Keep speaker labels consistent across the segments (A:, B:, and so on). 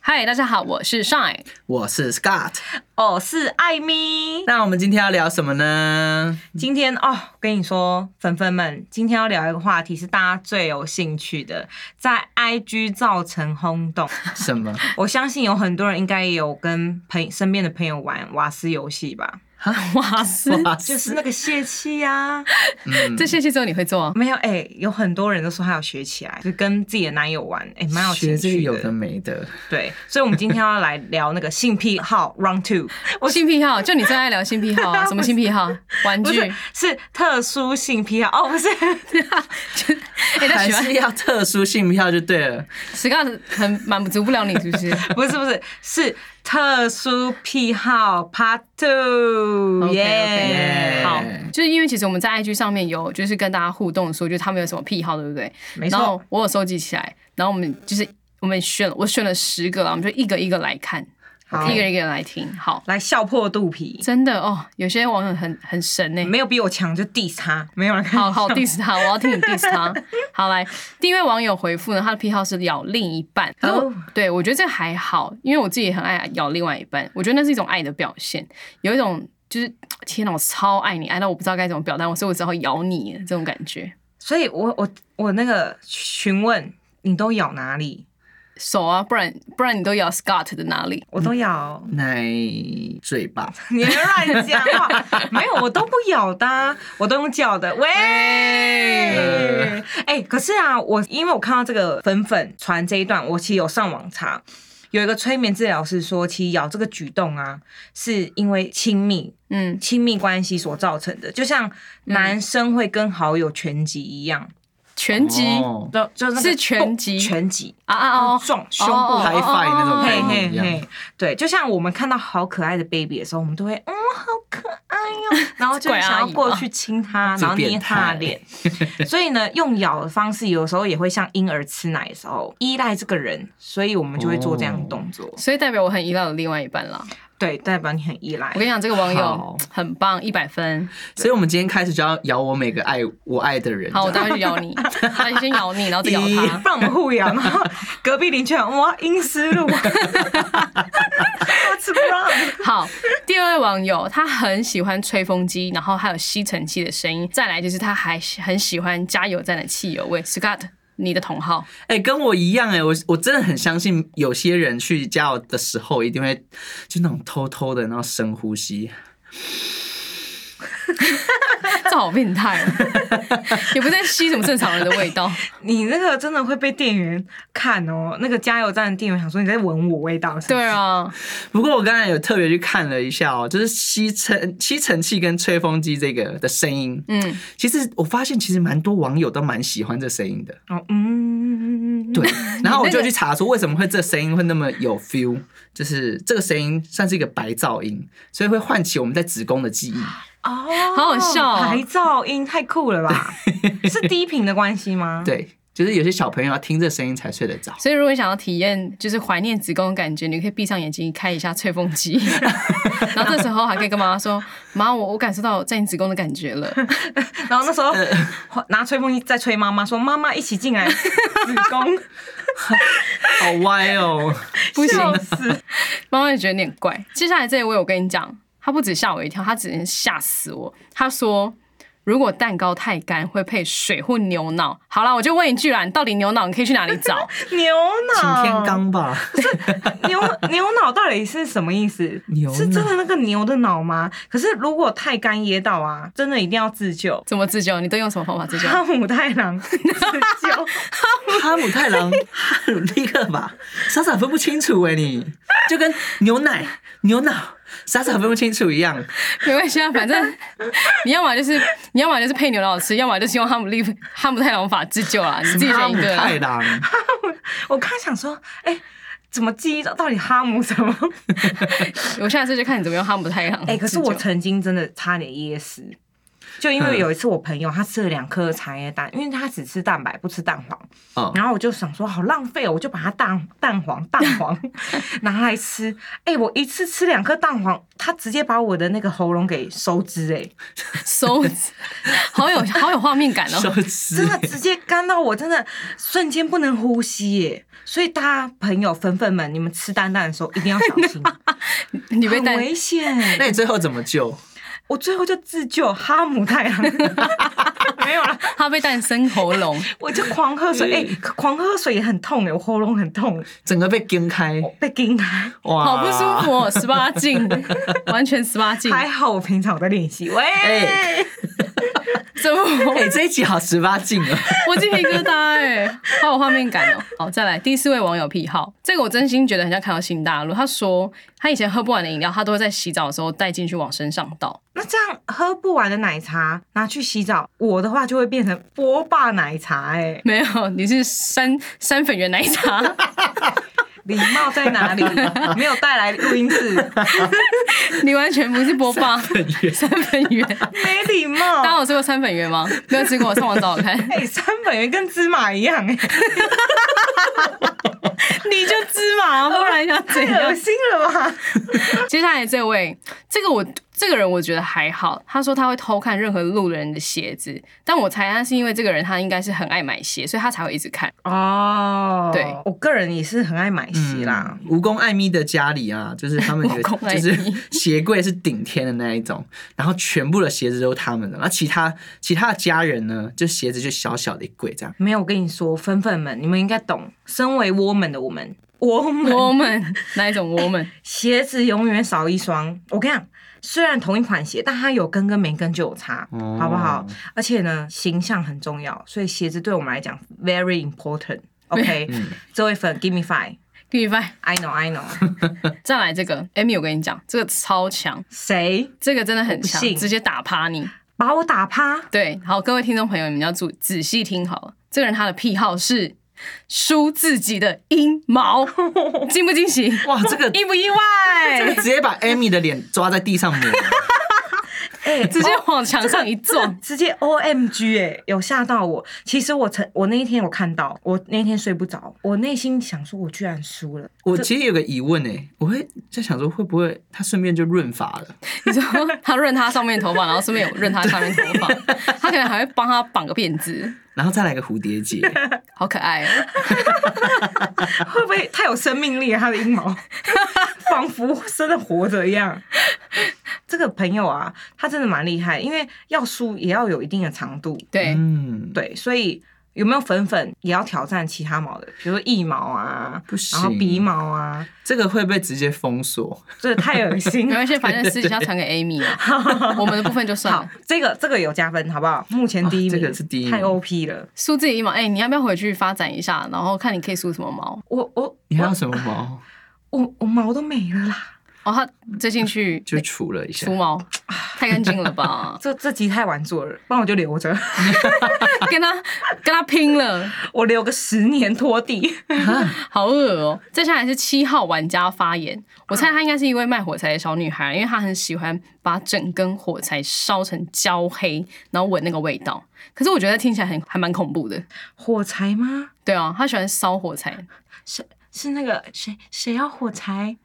A: 嗨，大家好，我是 Shine。
B: 我是 Scott。
C: 哦，是艾米。
B: 那我们今天要聊什么呢？
C: 今天哦，我跟你说，粉粉们，今天要聊一个话题是大家最有兴趣的，在 IG 造成 轰动。
B: 什么？
C: 我相信有很多人应该也有跟朋身边的朋友玩瓦斯游戏吧，
A: 哇塞，
B: 哇
C: 就是那个泄气呀、啊。
A: 这些戏只有你会做啊？
C: 没有哎、有很多人都说他有学起来，就跟自己的男友玩，哎、蛮有
B: 学
C: 情
B: 这个
C: 趣
B: 有的没的。
C: 对，所以我们今天要来聊那个性癖好 Round Two。
A: 我性癖好，就你最爱聊性癖好啊？什么性癖 好？玩
C: 不
A: 具？
C: 是，是特殊性癖好哦，不是，
A: 哎、他
B: 还
A: 喜欢
B: 是要特殊性票就对了，
A: s c o 很满足不了你，是不是？
C: 不是不是，是特殊癖好 Part Two，
A: OK，OK
C: 耶！好，
A: 就是因为其实我们在 IG 上面有就是跟大家互动说，就是他们有什么癖好，对不对？
C: 没
A: 然后
C: 错，
A: 我有收集起来，然后我们就是我们选我选了十个啦，我们就一个一个来看，
C: 好
A: 一个一个来听。好，
C: 来笑破肚皮，
A: 真的哦，有些网友很很神欸呢、
C: 没有比我强就 diss 他，没有人看。
A: 好好 diss 他，我要听你 diss 他。好来，第一位网友回复呢，他的癖好是咬另一半。可是我
C: 哦
A: 对我觉得这还好，因为我自己也很爱咬另外一半，我觉得那是一种爱的表现，有一种就是天哪，我超爱你，爱到我不知道该怎么表达，我所以我只好咬你这种感觉。
C: 所以我我我那个询问你都咬哪里？
A: 手啊，不然不然你都咬 Scott 的哪里？
C: 我都咬，
B: 奶嘴巴。
C: 你别乱讲话。没有，我都不咬的啊、我都用叫的。喂，哎、可是啊，我因为我看到这个粉粉传这一段，我其实有上网查，有一个催眠治疗师说，其实咬这个举动啊，是因为亲密
A: 嗯，
C: 亲密关系所造成的，就像男生会跟好友拳击一样，
A: 拳击、
B: 哦
C: 就就是那个
A: 是拳击
C: 拳击。
A: 啊啊哦，
C: 撞胸部
A: 哦
B: 拍 fight 那种
C: 嘿
B: 概念
C: 嘿
B: 一样
C: 嘿，对，就像我们看到好可爱的 baby 的时候，我们都会，嗯，好可爱哟、 然后就
A: 怪
C: 会想
A: 阿
C: 要
A: 姨
C: 过
A: 吧
C: 去亲它，
B: 这
C: 然后捏
B: 变
C: 它
B: 态
C: 的 脸。所以呢，用咬的方式，有时候也会像婴儿吃奶的时候依赖这个人，所以我们就会做这样的动作。
A: 所以代表我很依赖我另外一半啦。
C: 对，代表你很依赖
A: 我。跟你讲，这个网
B: 好
A: 友很棒，一百分。
B: 所以我们今天开始就要咬我每个爱我爱的人。
A: 好，我
B: 这样
A: 待会去咬 你，他先咬你，然后再咬他。
C: 啊不然我们互咬，然 后隔壁邻居喊哇，阴湿路，啊吃不到。
A: 好，第二位网友他很喜欢吹风机，然后还有吸尘器的声音。再来就是他还很喜欢加油站的汽油味。Scott，你的同号，
B: 哎、跟我一样哎、我我真的很相信有些人去加油的时候，一定会就那种偷偷的，然后深呼吸。
A: 这好变态、哦， 也不在吸什么正常人的味道。
C: 你那个真的会被店员看哦，那个加油站的店员想说你在闻我味道是不是
A: 对啊，
B: 不过我刚才有特别去看了一下哦、就是吸尘吸尘器跟吹风机这个的声音，
A: 嗯，
B: 其实我发现其实蛮多网友都蛮喜欢这声音 的。
C: 哦，嗯，
B: 对，然后我
A: 你那个
B: 就去查说为什么会这声音会那么有 feel，就是这个声音算是一个白噪音，所以会唤起我们在子宫的记忆。
C: 哦，
A: 好好笑哦
C: 白噪音太酷 了吧？是低频的关系吗？，
B: 对，就是有些小朋友要听这声音才睡得着。
A: 所以如果你想要体验就是怀念子宫的感觉，你可以闭上眼睛开一下吹风机， 然后这时候还可以跟妈妈说：“妈，我我感受到我在你子宫的感觉了。”
C: 然后那时
A: 呃
C: 候拿吹风机在吹妈妈，说妈妈一起进来子宫，
B: 好歪 哦！
A: 不行
C: 笑死，
A: 妈妈也觉得有点怪。接下来这一位，我跟你讲，他不止吓我一跳，他直接吓死我。他说，如果蛋糕太干，会配水或牛脑。好啦，我就问一句啦，你到底牛脑你可以去哪里找？
C: 牛
B: 擎
C: 脑，
B: 天刚吧，
C: 牛牛脑到底是什么意思？
B: 牛
C: 是真
B: 脑
C: 的那个牛的脑吗？可是如果太干噎到啊，真的一定要自救。
A: 怎么自救？你都用什么方法自 救？
C: 哈姆太郎自救，
B: 哈姆太郎，哈姆立刻吧，傻傻分不清楚哎、你就跟牛奶、牛脑傻傻分不清楚一样。
A: 没关系啊，反正你要么就是你要么就是配牛脑吃，要么就是用哈姆利哈姆太郎法自救啦，你自己
B: 哈
A: 选一
B: 姆
A: 个啦。
B: 太郎，
C: 我刚想说，哎、怎么记忆到底哈姆什么？
A: 我下次就看你怎么用哈姆太阳。
C: 哎、可是我曾经真的差点噎死，就因为有一次我朋友他吃了两颗茶叶蛋，因为他只吃蛋白不吃蛋黄，
B: 哦，
C: 然后我就想说好浪费哦，我就把它蛋蛋黄蛋黄拿来吃。哎、我一次吃两颗蛋黄，他直接把我的那个喉咙给收汁、哎，
A: 手指，好有好有画面感
B: 收
A: 哦。
B: 汁
C: 真的直接干到我真的瞬间不能呼吸、哎，所以大家朋友粉粉们，你们吃蛋蛋的时候一定要小心，
A: 你被
C: 很
A: 蛋
C: 危险。
B: 那你最后怎么救？
C: 我最后就自救哈姆太郎， 没有了，
A: 他被蛋生喉咙，
C: 我就狂喝水，哎、
A: 嗯
C: 可狂喝水也很痛哎、我喉咙很痛，
B: 整个被惊开，
C: 我被惊开，
B: 哇，
A: 好不舒服哦，十八 禁，完全十八禁，
C: 还好我平常有在练习，喂，
B: 哎
A: 怎么
B: 哎、这一集好十八禁啊！
A: 我鸡皮疙瘩哎、好有画面感哦、好，再来第四位网友癖好，这个我真心觉得很像看到新大陆。他说他以前喝不完的饮料，他都会在洗澡的时候带进去往身上倒。
C: 那这样喝不完的奶茶拿去洗澡，我的话就会变成波霸奶茶、哎，
A: 没有，你是山山粉圆奶茶，
C: 礼貌在哪里？没有带来录音室，
A: 你完全不是波霸山粉圆。
C: 没礼
A: 大家
C: 貌。
A: 有吃过山粉圆吗？没有吃过，上网找找看，
C: 哎、三本圆跟芝麻一样、哎，
A: 你就芝麻，不然想怎
C: 太恶
A: 样？
C: 心了吧？
A: 接下来这位，这个我这个人我觉得还好，他说他会偷看任何路人的鞋子，但我猜他是因为这个人他应该是很爱买鞋，所以他才会一直 看。
C: 哦，
A: 对
C: 我个人也是很爱买鞋啦，
B: 嗯蜈蚣艾米的家里啊，就是他们有
A: 蜈蚣艾
B: 就
A: 米
B: 是鞋柜是顶天的那一种，然后全部的鞋子都是他们的，然后其他其他的家人呢，就鞋子就小小的一柜这样。
C: 没有，我跟你说，粉粉们，你们应该懂。身为 woman 的我们，我们
A: woman 哪一种 woman？
C: 鞋子永远少一双。我跟你讲，虽然同一款鞋，但它有跟跟没跟就有差，
B: 哦
C: 好不好？而且呢，形象很重要，所以鞋子对我们来讲 very important。OK，、这位粉，give me five，I
A: 第一拜，
C: know I know，
A: 再来这个 Amy，我跟你讲，这个超强，
C: 谁
A: 这个真的很
C: 我
A: 强
C: 不，信
A: 直接打趴你。
C: 把我打趴？
A: 对，好，各位听众朋友，你们要注仔细听好了，这个人他的癖好是梳自己的阴 毛，惊不惊喜？
B: 哇，这个
A: 意不意外？
B: 直接把艾米的脸抓在地上 磨，
C: 哎、
A: 直接往墙上一撞，
C: 直接 O M G 哎、有吓到我。其实我曾我那一天我看到，我那天睡不着，我内心想说，我居然输了。
B: 我其实有个疑问哎，我会在想说会不会他顺便就润发了？
A: 你说他润他上面的头发，然后顺便有润他下面头发，他可能还会帮他绑个辫子，
B: 然后再来个蝴蝶结，
A: 好可爱、哦。
C: 会不会太有生命力了？啊它的 阴毛仿佛真的活着一样。这个朋友啊，他真的蛮厉害，因为要梳也要有一定的长度，
A: 对，
B: 嗯，
C: 对，所以有没有粉粉也要挑战其他毛的，比如说腋毛啊
B: 不，行
C: 然后鼻毛啊，
B: 这个会被直接封锁。
C: 这太恶 心
A: 没
C: 了。
A: 关系，反正私底下传给 Amy 了， 我们的部分就算
C: 好
A: 了。，
C: 这个这个有加分，好不好？目前第一
B: 哦
C: 名，
B: 这个是第一名
C: 太 OP 了。
A: 梳自己阴毛，哎、你要不要回去发展一下，然后看你可以梳什么毛？
C: 我我
B: 你还有什么毛？
C: 我我毛都没了啦，
A: 哦，他最近去
B: 就除了一下
A: 梳。毛，太干净了吧？
C: 这这集太晚做了，不然我就留着，
A: 跟他跟他拼了，
C: 我留个十年拖地。
A: 好恶哦、接下来是七号玩家发言，我猜她应该是一位卖火柴的小女孩，因为她很喜欢把整根火柴烧成焦黑，然后闻那个味道。可是我觉得听起来很还蛮恐怖的。
C: 火柴吗？
A: 对啊，她喜欢烧火柴。
C: 是是那个谁谁要火柴？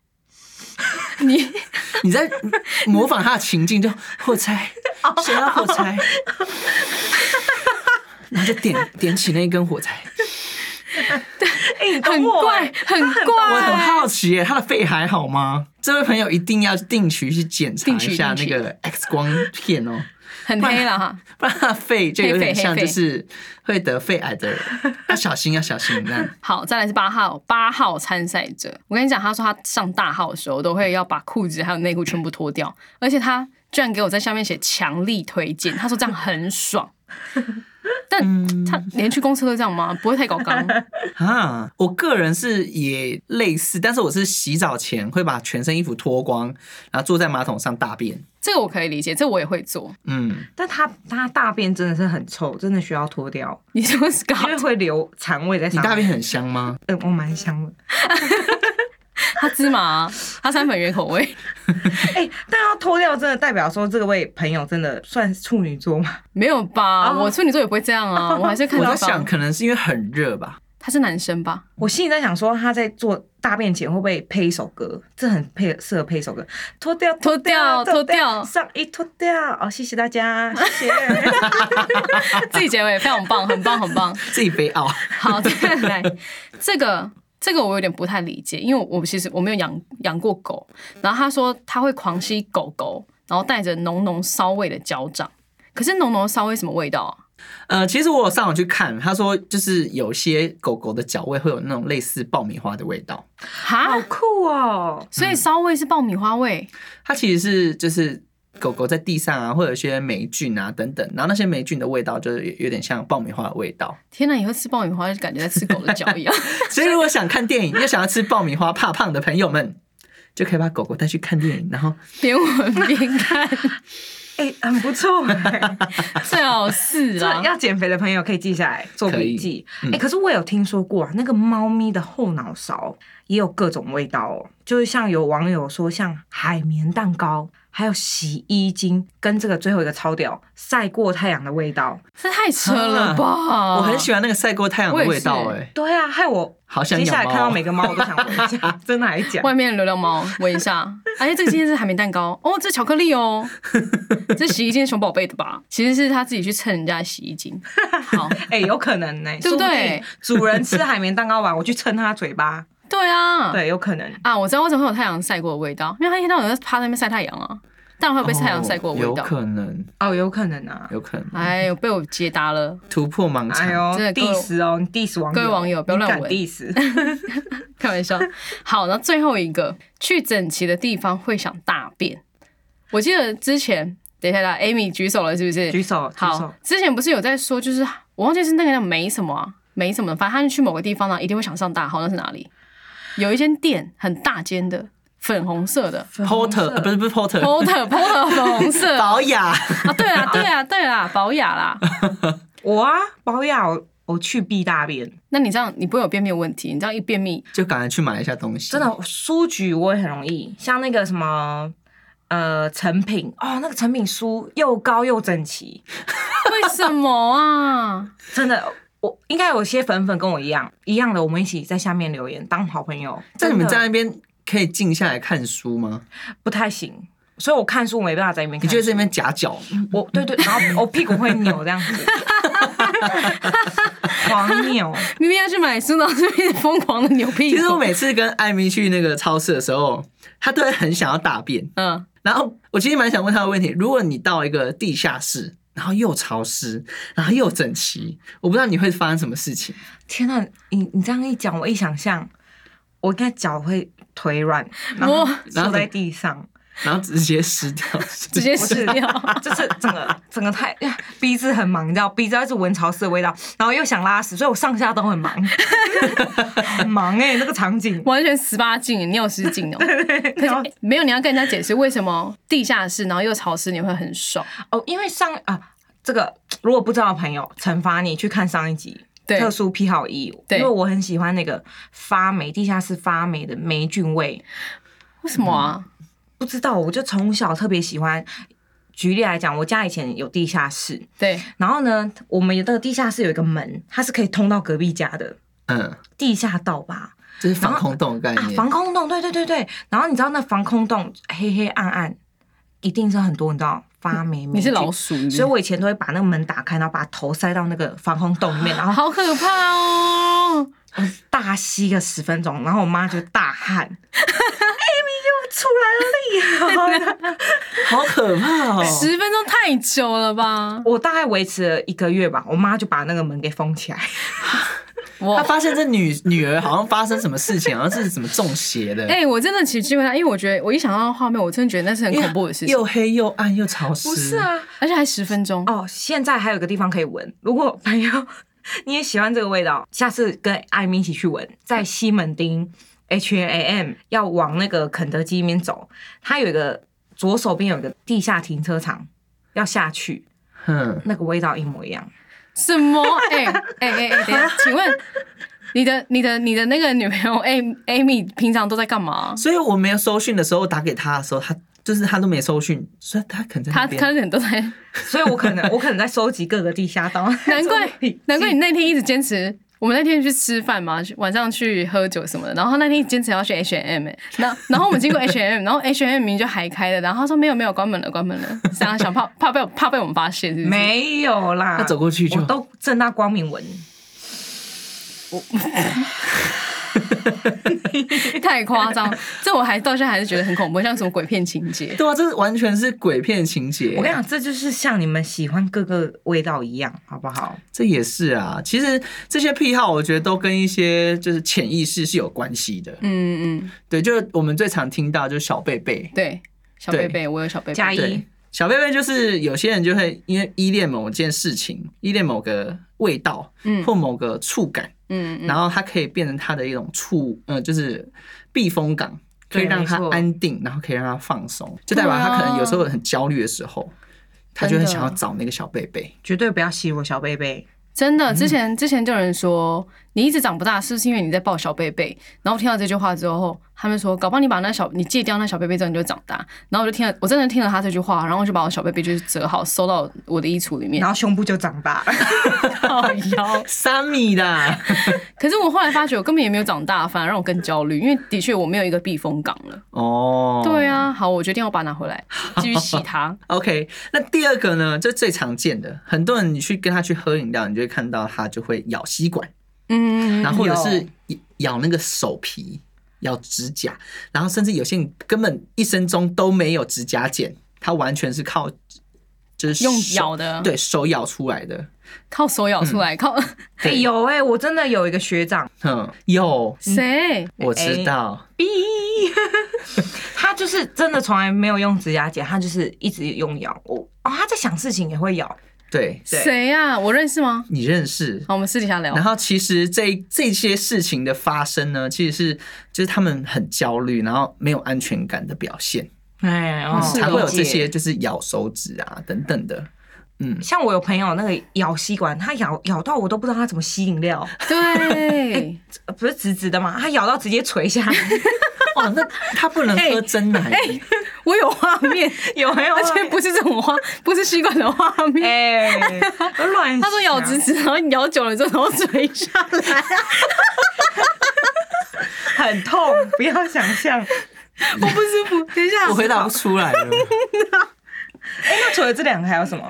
A: 你
B: 你在模仿他的情境，就 火柴，谁要火柴？然后就点点起那一根火柴，
C: 哎、你
A: 很
C: 懂我
A: 怪
C: 欸，
A: 很
B: 我很
A: 怪。
B: 好奇欸耶，他的肺还好吗？这位朋友一定要定期去检查
A: 定
B: 一
A: 期
B: 下那
A: 定期
B: 个 X 光片哦，
A: 很黑了哈，
B: 不然他的肺就有点像
A: 黑肺黑
B: 就
A: 肺
B: 是会得肺癌 的人，要小心，要小心。那
A: 好，再来是八号，八号参赛者。我跟你讲，他说他上大号的时候都会要把裤子还有内裤全部脱掉，而且他居然给我在下面写强力推荐，他说这样很爽。 但他
B: 嗯
A: 连去公司都这样吗？不会太搞刚？
B: 啊，我个人是也类似，但是我是洗澡前会把全身衣服脱光，然后坐在马桶上大便。
A: 这个我可以理解，这个我也会做。
B: 嗯，
C: 但他他大便真的是很臭，真的需要脱掉，
A: 你说
C: 因为
A: Scott
C: 会留残味在
B: 你
C: 上面。
B: 大便很香吗？
C: 嗯，我蛮香的。
A: 它芝麻啊、它三粉圆口味，
C: 哎、但要脱掉真的代表说这位朋友真的算处女座吗？
A: 没有吧？
C: 哦
A: 我处女座也不会这样啊，我还是看
B: 我
A: 到
B: 在想，可能是因为很热吧。
A: 他是男生 吧？
C: 我心里在想说，他在做大便前会不会配一首歌？这很配适合配一首歌，脱掉，
A: 脱掉
C: 脱
A: 脱掉
C: 上衣脱掉。哦，谢谢大家，谢谢。
A: 自己结尾非常棒，很棒，很棒。
B: 自己飞 傲，
A: 好，再来这个。这个我有点不太理解，因为我其实我没有养养过狗。然后他说他会狂吸狗狗，然后带着浓浓骚味的脚掌。可是浓浓的骚味什么味道啊？
B: 呃，其实我有上网去看，他说就是有些狗狗的脚味会有那种类似爆米花的味道，
A: 哈
C: 好，酷哦！
A: 所以骚味是爆米花味。
B: 它其实是就是狗狗在地上啊，会有一些霉菌啊等等，然后那些霉菌的味道就是有有点像爆米花的味道。
A: 天哪，以后吃爆米花就感觉在吃狗的脚一样。
B: 所以如果想看电影又想要吃爆米花怕胖的朋友们，就可以把狗狗带去看电影，然后
A: 边闻边看，
C: 哎、很不错、哎
A: 最好是啊
C: 这
A: 啦。
C: 要减肥的朋友可以记下来做笔记。哎、
B: 以嗯
C: 可是我有听说过、啊，那个猫咪的后脑勺也有各种味道哦，就是像有网友说，像海绵蛋糕，还有洗衣精，跟这个最后一个超屌晒过太阳的味道。
A: 这太扯了吧！
B: 啊我很喜欢那个晒过太阳的味道、
A: 哦我也是
B: 哎，
C: 对啊，害我
B: 好想
C: 接下
B: 养
C: 来看到
B: 猫
C: 每
B: 哦。
C: 个猫我都想闻一 下，真的还是假？
A: 外面的流浪猫闻一下， 而且这个今天是海绵蛋糕哦，这巧克力哦， 这洗衣精是熊宝贝的吧？其实是他自己去蹭人家的洗衣精。 好，
C: 哎、有可能呢、
A: 对不对
C: 说定主人吃海绵蛋糕完，我去蹭他 嘴巴，
A: 对啊，
C: 对，有可能。
A: 啊，我知道为什么会有太阳晒过的味道，因为他一天到晚在趴在那边晒太阳啊，当然会有被太阳晒过的
B: 哦有
A: 味道。
B: 可能，
C: 哦，有可能啊。
B: 有可能
A: 哎呦，被我解答了。
B: 突破盲
C: 哎
B: 肠。
C: 呦
A: 真的各位
C: ，diss 哦，你 diss 网友，
A: 各位网友不要乱
C: 你敢
A: 闻
C: diss。
A: 开玩笑。好，那最后一个，去整齐的地方会想大便。我记得之前，等一下啦，Amy 举手了，是不是？
C: 举手举手
A: 好，之前不是有在说，就是我忘记是那个叫没什么、啊，没什么，反正他去某个地方呢，一定会想上大号，那是哪里？有一间店很大间的，粉红色的
B: Porter 呃不是不是 Porter，
A: ，Porter Porter 粉红色 啊，
B: 保雅。
A: 对啊对啊对啊，保雅啦。
C: 我啊，保养我我去避大便，
A: 那你这样你不会有便秘的问题，你这样一便秘，
B: 就赶快去买一下东西。
C: 真的，书局我也很容易，像那个什么。呃，成品哦，那个成品书又高又整齐，
A: 为什么啊？
C: 真的，我应该有些粉粉跟我一样一样的，我们一起在下面留言当好朋友。
B: 在你们
C: 真的
B: 在那边可以静下来看书吗？
C: 不太行，所以我看书没办法在里面
B: 你
C: 看
B: 就
C: 书。
B: 会在那边夹脚，
C: 我对对，然后我屁股会扭这 样子，狂扭。
A: 明明要去买书，然后就一直疯狂的扭屁股。
B: 其实我每次跟艾米去那个超市的时候，她都会很想要大便。
A: 嗯，
B: 然后我其实蛮想问她的问题：如果你到一个地下室，然后又潮湿，然后又整齐，我不知道你会发生什么事情。
C: 天呐，你你这样一讲，我一想象，我应该脚会腿软，然后
A: 我
C: 坐在地上，
B: 然后直接湿掉，
A: 直接
C: 不
A: 死
C: 是
A: 掉。，
C: 就是整个整个太 鼻子很忙，你知道，鼻子要一直闻潮湿的味道，然后又想拉屎，所以我上下都很忙，很忙哎、那个场景。
A: 完全十八禁，你有失禁 哦。可是、
C: 然后
A: 欸没有，你要跟人家解释为什么地下室然后又潮湿，你会很爽。
C: 哦，因为上啊，这个如果不知道的朋友，惩罚你去看上一集。
A: 对
C: 特殊癖好一，
A: 对
C: 因为我很喜欢那个发霉地下室发霉的霉菌味，
A: 为什么啊？
C: 不知道我就从小特别喜欢。举例来讲，我家以前有地下室，
A: 对，
C: 然后呢，我们的地下室有一个门，它是可以通到隔壁家的
B: 嗯，
C: 地下道吧？
B: 这是防空洞的概
A: 哎
C: 啊，
B: 念。
C: 防空洞，对对对对。然后你知道那防空洞哎黑黑暗暗，一定是很多你知道发霉霉。
A: 你是老，鼠，
C: 所以我以前都会把那个门打开，然后把头塞到那个防空洞 里面，然后
A: 好可怕哦！
C: 大吸个十分钟，然后我妈就 大喊：“艾米又出来了！”
B: 好可怕哦！
A: 十分钟太久了吧？
C: 我大概维持了一个月吧，我妈就把那个门给封起来。
A: 我
B: 她发现这女女儿好像发生什么事情，好像是什么中邪的。
A: 哎、我真的其实基本上，因为我觉得我一想到画面，我真的觉得那是很恐怖的事情
B: 又，黑又暗又潮湿。
C: 不是，啊，
A: 而且还十分钟。
C: 哦，现在还有一个地方可以闻。如果朋友你也喜欢这个味道，下次跟艾米一起去闻，在西门町 H A M 要往那个肯德基那边走，它有一个左手边有一个地下停车场，要下去，
B: 嗯，
C: 那个味道一模一样。
A: 什么？哎哎哎哎，等一下，请问你的、你的、你的那个女朋友 Amy Amy 平常都在干嘛？
B: 所以我没有收讯的时候，我打给他的时候，他就是他都没收讯，所以他可能在
A: 她
B: 那
A: 她
B: 边。
A: 可能都在，
C: 所以我可 能我可能在收集各个地下道，
A: 难怪
C: 收集
A: 难怪你那天一直坚持。我们那天去吃饭嘛，去晚上去喝酒什么的，然后她那天坚持要去 H M，然后然后我们经过 H M，然后 H M 明明就还开的，然后她哎说没有没有关门了关门了，这样想怕怕被我怕被我们发现是不是？
C: 没有啦，
B: 他走过去就
C: 我都正大光明闻。
A: 太夸张，这我还到现在还是觉得很恐怖，像什么鬼片情节。
B: 对啊，这是完全是鬼片情节。
C: 我跟你讲，这就是像你们喜欢各个味道一样，好不好？
B: 这也是啊。其实这些癖好，我觉得都跟一些就是潜意识是有关系的。
A: 嗯嗯，
B: 对，就是我们最常听到就是小贝贝，
A: 对，小贝贝，我有小贝贝，
C: 加一
B: 对，小贝贝就是有些人就会因为依恋某件事情，依恋某个味道，
A: 嗯
B: 或某个触感，
A: 嗯嗯
B: 然后它可以变成他的一种触，呃，就是避风港，可以
C: 对
B: 让他
C: 没错啊
B: 安定，然后可以让他放松，就代表他可能有时候很焦虑的时候，他就会
A: 真的
B: 想要找那个小贝贝。
C: 绝对不要吸我小贝贝。
A: 真
B: 嗯
A: 的，之前之前就有人说你一直长不大，是不是因为你在抱小贝贝？然后我听到这句话之后，他们说，搞不好你把那小你戒掉那小贝贝之后你就长大。然后我就听了，我真的听了他这句话，然后我就把我小贝贝就是折好，收到我的衣橱里面
C: 然。后胸部就长 大了，
A: 靠腰
B: 三米 啦，
A: 可是我后来发觉我根本也没有长大，反而让我更焦虑，因为的确我没有一个避风港了。
B: 哦，
A: 对啊，好，我决定要把它拿回 来，继续洗它。
B: OK，那第二个呢，就最常见的，很多人你去跟他去喝饮料，你就会看到他就会咬吸管，
A: 嗯，
B: 然后或者是
C: 有
B: 咬咬那个手皮、咬指甲，然后甚至有些人根本一生中都没有指甲剪，他完全是靠就是
A: 用
B: 手
A: 咬的，，
B: 对嗯手咬出来的。
A: 靠手咬出来，靠
C: 哎、有哎、我真的有一个学长
B: 嗯，有
A: 谁？
B: 我知道，
C: B，他就是真的从来没有用指甲剪，他就是一直用咬我哦，他在想事情也会咬，
B: 对
C: 对
A: 谁呀？我认识吗？
B: 你认识。
A: 好，我们私底下
C: 哦
A: 聊
B: 然。后其实这这些事情的发生呢，其实是就是他们很焦虑，然后没有安全感的表现。
C: 哎，哦
A: 是
B: 才会有
C: 了解哦
B: 这些，就是咬手指啊等等的。嗯，
C: 像我有朋友那个咬吸管，他咬咬到我都不知道他怎么吸饮料，
A: 对，
C: 呃不是直直的嘛，他咬到直接垂下来，
B: 哦，那他不能
C: 哎
B: 喝真奶，
A: 我 有啊画面，
C: 有没有？
A: 而且不是这种 画，不是吸管的画面。
C: 哎，乱
A: 他说咬
C: 想
A: 直直，然后咬久了之后，然后垂下来。
C: 很痛，不要想象。
A: 我不舒服。等一下
B: 我，回答不出来了。
C: 哎，那除了这两个还有什么？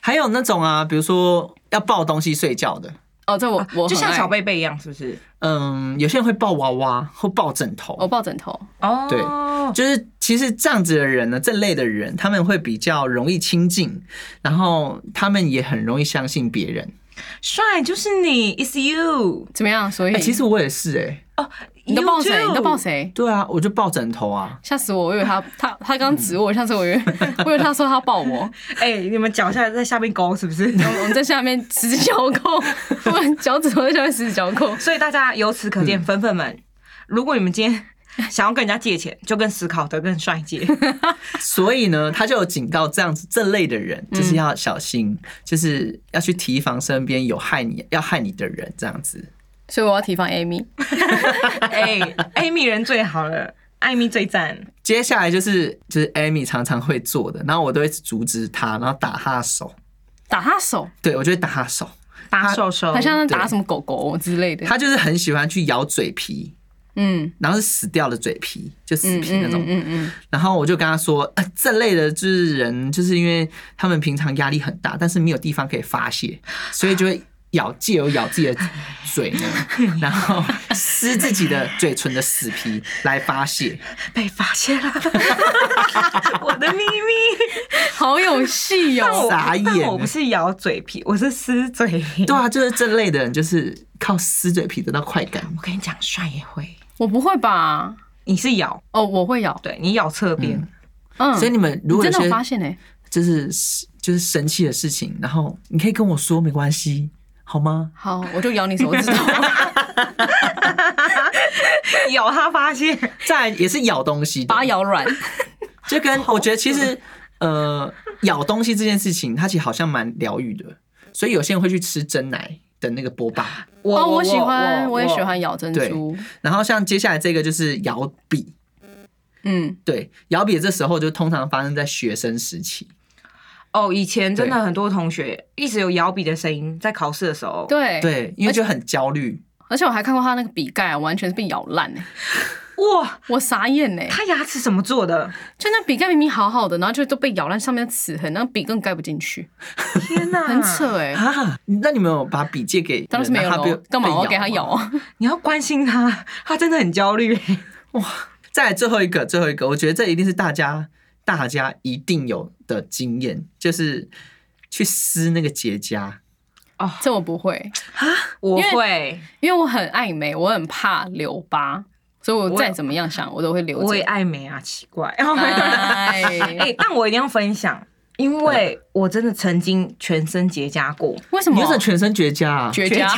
B: 还有那种啊，比如说要抱东西睡觉的，
A: 哦，这我 我很
C: 就像
A: 爱
C: 小，贝贝一样，是不是？
B: 嗯，有些人会抱娃娃或抱枕头，
A: 我抱枕头。
C: 哦，
B: 对就是其实这样子的人呢，这类的人他们会比较容易亲近，然后他们也很容易相信别人。
C: 帅就是你，It's you。
A: 怎么样？所以
B: 哎、其实我也是哎、
A: 你都抱
C: You
A: 谁？
C: too
A: 你都抱谁？
B: 对啊，我就抱枕头啊，
A: 吓死我！我以为他他他刚指我，下次我以为 我以为他说他抱我，
C: 哎、你们脚下在下面勾是 不是？
A: 然后我们在下面十指交 扣，我们脚趾头在下面十指交扣。
C: 所以大家由此可见，粉粉
A: 嗯
C: 们，如果你们今天想要跟人家借钱，就跟思考的跟帅 借。
B: 所以呢，他就有警告这样子这类的人，
A: 嗯
B: 就是要小心，就是要去提防身边有害你要害你的人这样子。
A: 所以我要提防 Amy。
C: 哎、艾米人最好了，艾米最赞。
B: 接下来就是就是 Amy 常常会做的，然后我都会阻止她，然后打她的手。
A: 打他手，
B: 对，我就会打她手。
C: 打手手，
A: 好像在打什么狗狗之类的。
B: 她就是很喜欢去咬嘴皮，
A: 嗯，
B: 然后是死掉的嘴皮，就死
A: 嗯
B: 皮
A: 嗯
B: 那种。
A: 嗯嗯
B: 然后我就跟她说，呃，这类的就是人，就是因为他们平常压力很大，但是没有地方可以发 泄，所以就会咬借由咬自己的嘴 呢，然后撕自己的嘴唇的死皮来发泄。
C: 被发现了， 我的秘密。
A: 嗯，好有戏
C: 但
A: 哦！
C: 我
B: 傻眼
C: 但我不是咬嘴皮，我是撕嘴皮。
B: 对啊，就是这类的人，就是靠撕嘴皮得到快感。
C: 我跟你讲，帅也会。
A: 我不会吧？
C: 你是咬，
A: 哦，我会咬。
C: 对你咬侧边，
A: 嗯，
B: 所以你们
A: 你
B: 如果
A: 真
B: 有
A: 的
B: 些
A: 有发现哎？
B: 就是就是生气的事情，然后你可以跟我说，没关系，好吗？
A: 好，我就咬你手指头。
C: 咬他发现。
B: 再来也是咬东西的，
A: 把它咬软，
B: 就跟我觉得其实呃咬东西这件事情，它其实好像蛮疗愈的，所以有些人会去吃真奶，的那个波霸。
C: 我
A: 哦，我喜欢，我也喜。欢咬珍珠。
B: 然后像接下来这个就是摇笔，
A: 嗯，
B: 对，摇笔这时候就通常发生在学生时期。
C: 哦，以前真的
B: 对
C: 很多同学一直有摇笔的声音，在考试的时候。
A: 对，
B: 对，因为就很焦虑。
A: 而且我还看过他那个笔盖，啊完全是被咬烂欸
C: 哇，
A: 我傻眼哎、
C: 他牙齿怎么做的？
A: 就那笔盖明明好好的，然后就都被咬烂，上面的齿痕，那笔更盖不进去，
C: 天哪，
A: 很！扯哎、
B: 啊，那你们有把笔借给人？
A: 当然是没有
B: 让他被
A: 了，干嘛我要给他
B: 被
A: 咬
B: 吗
A: 啊？
C: 你要关心他，他真的很焦虑。
B: 再来最后一个，最后一个，我觉得这一定是大家大家一定有的经验，就是去撕那个结痂。
A: 这我不会，
C: 我
A: 因为
C: 会，
A: 因为我很爱美，我很怕留疤，所以我再怎么样想，我都会留
C: 我也
A: 着。
C: 爱美啊，奇怪。哎、
A: 哎，
C: 但我一定要分享，因为我真的曾经全身结痂过，
A: 为什
B: 你
A: 么
B: 又？是全身绝痂、啊，
A: 绝痂，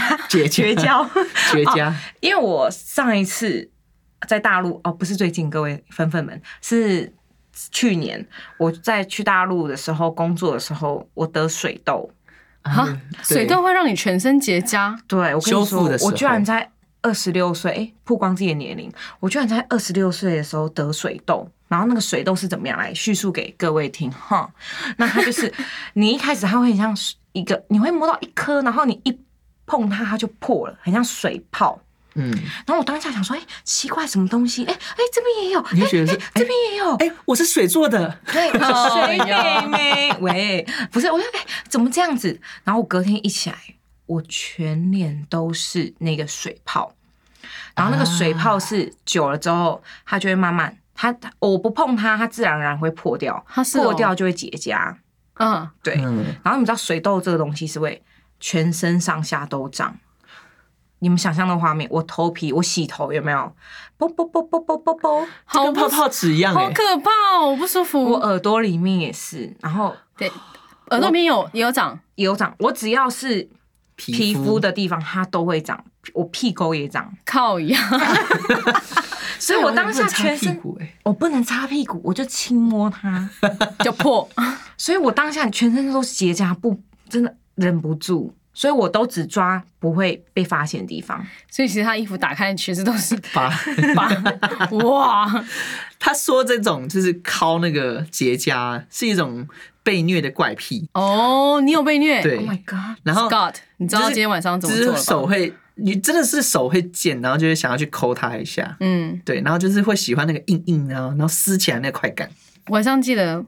B: 绝
C: 绝
B: 痂，
C: 交。
B: 绝痂，
C: 因为我上一次在大陆哦，不是最近，各位粉粉们是去年我在去大陆的时候工作的时候，我得水痘。
A: 哈
B: 啊对
A: 水痘会让你全身结痂，
C: 对我跟你
B: 修
C: 说
B: 复的，时候
C: 我居然在二十六岁，哎，曝光自己的年龄，我居然在二十六岁的时候得水痘。然后那个水痘是怎么样来叙述给各位听哈？那它就是 你一开始它会很像一个，你会摸到一颗，然后你一碰它它就破了，很像水泡。
B: 嗯，
C: 然后我当下想说，哎、奇怪，什么东西？哎、哎、这边也有，哎、
B: 你就觉得是
C: 哎这边也有，
B: 哎、我是水做的，
C: 对，
A: 哎
C: 水
A: 呀
C: 妹妹，喂，不是，我就哎、怎么这样子？然后我隔天一起来，我全脸都是那个水泡，然后那个水
A: 啊
C: 泡是久了之后，它就会慢慢，它它我不碰它，它自然而然会破掉，
A: 它是哦
C: 破掉就会结痂。
A: 嗯，
C: 对，
B: 嗯，
C: 然后你知道水痘这个东西是会全身上下都长。你们想象的画面，我头皮，我洗头有没有？啵啵啵啵啵啵啵，
B: 就
A: 好
B: 跟
A: 不
B: 泡泡纸一样、
A: 好
B: 哎，
A: 可怕哦，我不舒
C: 我
A: 服。
C: 耳朵里面也是，然后
A: 对，耳朵里面有也有长，
C: 也有长。我只要是皮肤的地方，它都会长。我屁沟也长，
A: 靠一 样。
C: 所以我当下
B: 哎我也不能
C: 全
B: 擦屁
C: 身，
B: 股哎、
C: 我不能擦屁股，我就轻摸它。
A: 就破。
C: 所以我当下全身都是结痂，不真的忍不住，所以我都只抓不会被发现的地方。
A: 所以其实他衣服打开其实都是
B: 把
A: 疤。哇，
B: 他说这种就是敲那个结痂是一种被虐的怪癖，
A: 哦，你有被虐？
B: 对
C: Oh my god！
B: 然后
A: ，Scott，你知道今天晚上怎么
B: 就是
A: 做
B: 就是
A: 了
B: 手
A: 吧？
B: 会，你真的是手会贱，然后就会想要去抠它一下，
A: 嗯，
B: 对，然后就是会喜欢那个硬硬啊，然后撕起来那个快感。。
A: 晚上记得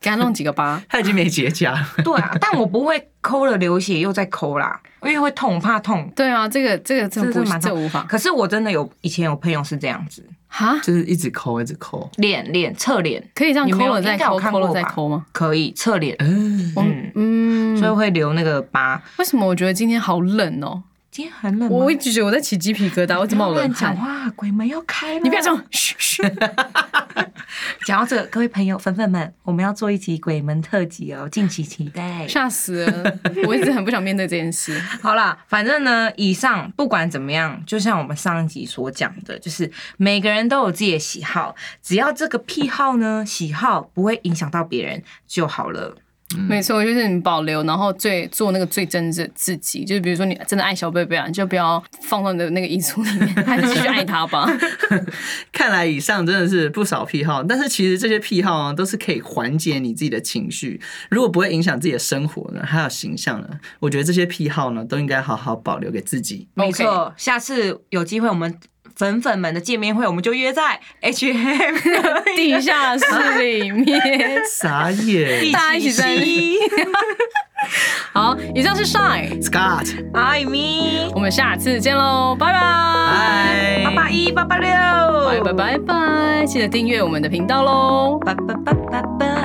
A: 给他弄几个疤
B: 他已经没结痂了，
C: 对啊， 但我不会抠了流血又再抠啦，因为会痛，我怕痛。
A: 对啊，这个这个真的
C: 这
A: 不
C: 是蛮
A: 这
C: 痛
A: 个无法
C: 可是我真的有以前有朋友是这样子，
A: 哈，
B: 就是一直抠，一直抠。
C: 脸脸侧脸
A: 可以这样
C: 你没
A: 抠
C: 有
A: 了再
C: 应该有
A: 抠，
C: 看
A: 抠
C: 过
A: 了再
C: 吧
A: 抠吗？
C: 可以侧脸，
B: 嗯，
C: 嗯，
A: 嗯，
C: 所以会留那个疤。
A: 为什么我觉得今天好冷哦？
C: 今天很冷吗，
A: 我一直觉得我在起鸡皮疙瘩，我怎
C: 不
A: 么
C: 要
A: 有
C: 乱
A: 冷
C: 讲
A: 汗？
C: 话，鬼门要开了。
A: 你不要这样，嘘嘘。
C: 讲到这个，各位朋友、粉粉们，我们要做一集鬼门特辑哦，敬请期待。
A: 吓死了！ 我一直很不想面对这件事。
C: 好啦，反正呢，以上不管怎么样，就像我们上一集所讲的，就是每个人都有自己的喜好，只要这个癖好呢，喜好不会影响到别人就好了。
A: 没错，就是你保留，然后最做那个最真的自己。就是比如说你真的爱小贝贝啊，你就不要放到你的那个衣橱里面，还是继续爱他吧。
B: 看来以上真的是不少癖好，但是其实这些癖好啊，都是可以缓解你自己的情绪。如果不会影响自己的生活呢，还有形象呢，我觉得这些癖好呢，都应该好好保留给自己。
C: 没错，下次有机会我们粉粉们的见面会，我们就约在 H M
A: 地下室里面。
B: 哎傻 眼
A: 大家一起在好，以上是 Shine，
B: ，Scott，
C: 艾米，
A: 我们下次见喽，拜拜，
B: 拜
C: 八八一八八六，
A: 拜拜拜拜，记得订阅我们的频道喽。
C: 八八八八八。